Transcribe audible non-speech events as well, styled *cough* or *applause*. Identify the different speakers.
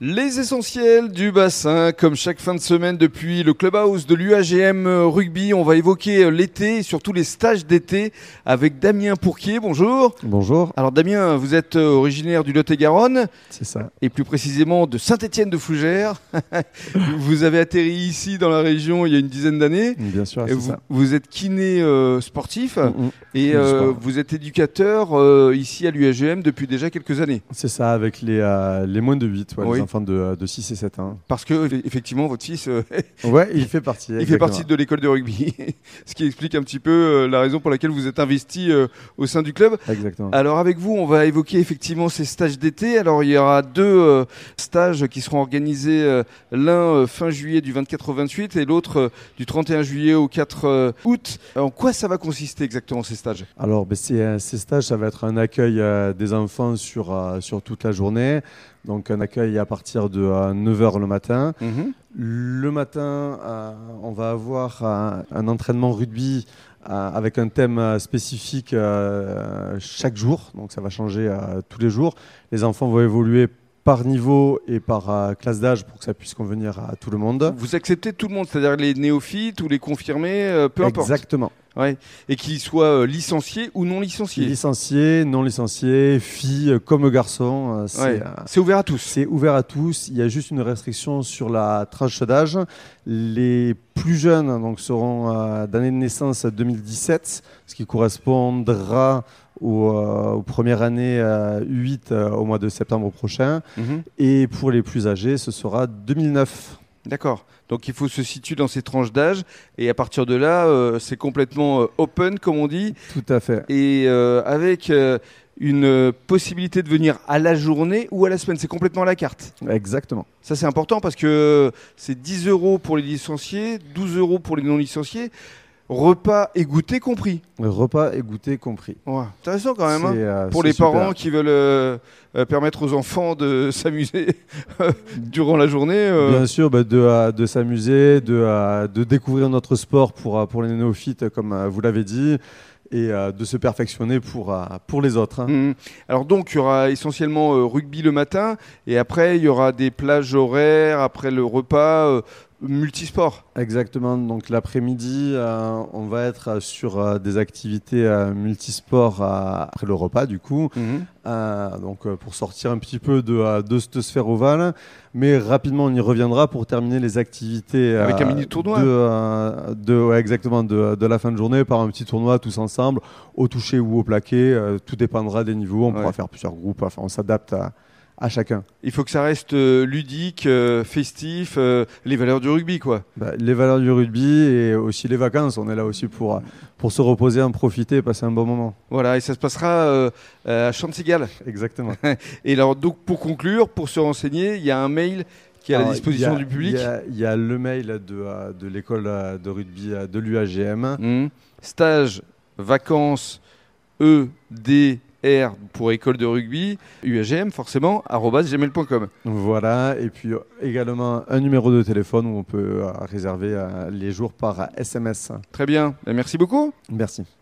Speaker 1: Les essentiels du bassin, comme chaque fin de semaine depuis le clubhouse de l'UAGM euh, Rugby, on va évoquer euh, l'été et surtout les stages d'été avec Damien Pourquier. Bonjour.
Speaker 2: Bonjour,
Speaker 1: Alors Damien, vous êtes euh, originaire du Lot-et-Garonne
Speaker 2: c'est ça.
Speaker 1: et plus précisément de Saint-Étienne de Fougères. *laughs* vous avez atterri ici dans la région il y a une dizaine d'années.
Speaker 2: Bien sûr,
Speaker 1: Et
Speaker 2: Ah, c'est
Speaker 1: vous,
Speaker 2: ça.
Speaker 1: vous êtes kiné euh, sportif
Speaker 2: Mm, mm.
Speaker 1: et
Speaker 2: du
Speaker 1: euh,
Speaker 2: sport.
Speaker 1: vous êtes éducateur euh, ici à l'UAGM depuis déjà quelques années.
Speaker 2: C'est ça, avec les, euh, les moins de 8, ouais,
Speaker 1: Oui.
Speaker 2: les enfants de, euh, de 6 et 7 ans.
Speaker 1: Parce que eff- effectivement votre fils euh,
Speaker 2: Ouais, il fait partie.
Speaker 1: Il fait partie de l'école de rugby, *laughs* ce qui explique un petit peu euh, la raison pour laquelle vous êtes investi euh, au sein du club.
Speaker 2: Exactement.
Speaker 1: Alors avec vous, on va évoquer effectivement ces stages d'été. Alors il y aura deux euh, stages qui seront organisés, euh, l'un euh, fin juillet du 24 au 28 et l'autre euh, du 31 juillet au 4 euh, août. En quoi ça va consister exactement ces stages
Speaker 2: Alors, ben, ces, euh, ces stages, ça va être un accueil euh, des enfants sur, euh, sur toute la journée. Donc, un accueil à partir de 9h le matin. Le matin, euh, on va avoir euh, un entraînement rugby euh, avec un thème euh, spécifique euh, chaque jour, donc ça va changer euh, tous les jours. Les enfants vont évoluer par niveau et par euh, classe d'âge pour que ça puisse convenir à tout le monde.
Speaker 1: Vous acceptez tout le monde, c'est-à-dire les néophytes ou les confirmés, euh, peu importe,
Speaker 2: Exactement.
Speaker 1: et qu'ils soient euh, licenciés ou non licenciés.
Speaker 2: Licenciés, non licenciés, filles euh, comme garçons, euh, c'est
Speaker 1: Ouais.
Speaker 2: euh,
Speaker 1: C'est ouvert à tous.
Speaker 2: C'est ouvert à tous. Il y a juste une restriction sur la tranche d'âge. Les plus jeunes donc, seront euh, d'année de naissance à 2017, ce qui correspondra aux, euh, aux premières années euh, 8 euh, au mois de septembre prochain.
Speaker 1: Mhm.
Speaker 2: Et pour les plus âgés, ce sera 2009.
Speaker 1: D'accord. Donc il faut se situer dans ces tranches d'âge et à partir de là, euh, c'est complètement euh, open comme on dit
Speaker 2: Tout à fait.
Speaker 1: et euh, avec euh, une euh, possibilité de venir à la journée ou à la semaine. C'est complètement à la carte.
Speaker 2: Exactement.
Speaker 1: Ça c'est important parce que c'est 10 euros pour les licenciés, 12 euros pour les non licenciés, repas et goûter compris.
Speaker 2: Repas et goûter compris.
Speaker 1: Ouais, Intéressant quand même. hein.
Speaker 2: C'est, euh,
Speaker 1: Pour
Speaker 2: c'est
Speaker 1: les
Speaker 2: super.
Speaker 1: parents qui veulent euh, euh, permettre aux enfants de *laughs* s'amuser euh, durant la journée. euh,
Speaker 2: Bien sûr, bah, de, euh, de s'amuser, de, euh, de découvrir notre sport pour, euh, pour les néophytes, comme euh, vous l'avez dit, et euh, de se perfectionner pour, euh, pour les autres. hein.
Speaker 1: Mhm. Alors donc, il y aura essentiellement euh, rugby le matin, et après, il y aura des plages horaires, après le repas, euh, multisport.
Speaker 2: Exactement, donc l'après-midi, euh, on va être euh, sur euh, des activités euh, multisports euh, après le repas, du coup, Euh, donc euh, pour sortir un petit peu de, euh, de cette sphère ovale, mais rapidement, on y reviendra pour terminer les activités. euh,
Speaker 1: Avec un mini tournoi.
Speaker 2: De, euh, de- ouais, exactement, de, de la fin de journée par un petit tournoi tous ensemble, au toucher ou au plaqué. euh, tout dépendra des niveaux. On
Speaker 1: Ouais.
Speaker 2: pourra faire plusieurs groupes. Enfin, on s'adapte à, à chacun.
Speaker 1: Il faut que ça reste euh, ludique, euh, festif, euh, les valeurs du rugby, quoi.
Speaker 2: Bah, les valeurs du rugby et aussi les vacances. On est là aussi pour, euh, pour se reposer, en profiter, et passer un bon moment.
Speaker 1: Voilà, et ça se passera euh, euh, à Chantigal.
Speaker 2: *laughs* Exactement.
Speaker 1: Et alors, donc, pour conclure, pour se renseigner, il y a un mail qui est à la
Speaker 2: Alors,
Speaker 1: disposition
Speaker 2: il y a-
Speaker 1: du public.
Speaker 2: Il y a- il y, a le mail de, euh, de l'école euh, de rugby euh, de l'UAGM.
Speaker 1: Mhm. Stage, vacances, EDR pour école de rugby, UAGM forcément, arobase gmail.com.
Speaker 2: Voilà, et puis euh, également un numéro de téléphone où on peut euh, réserver euh, les jours par euh, SMS.
Speaker 1: Très bien, Ben, merci beaucoup.
Speaker 2: Merci.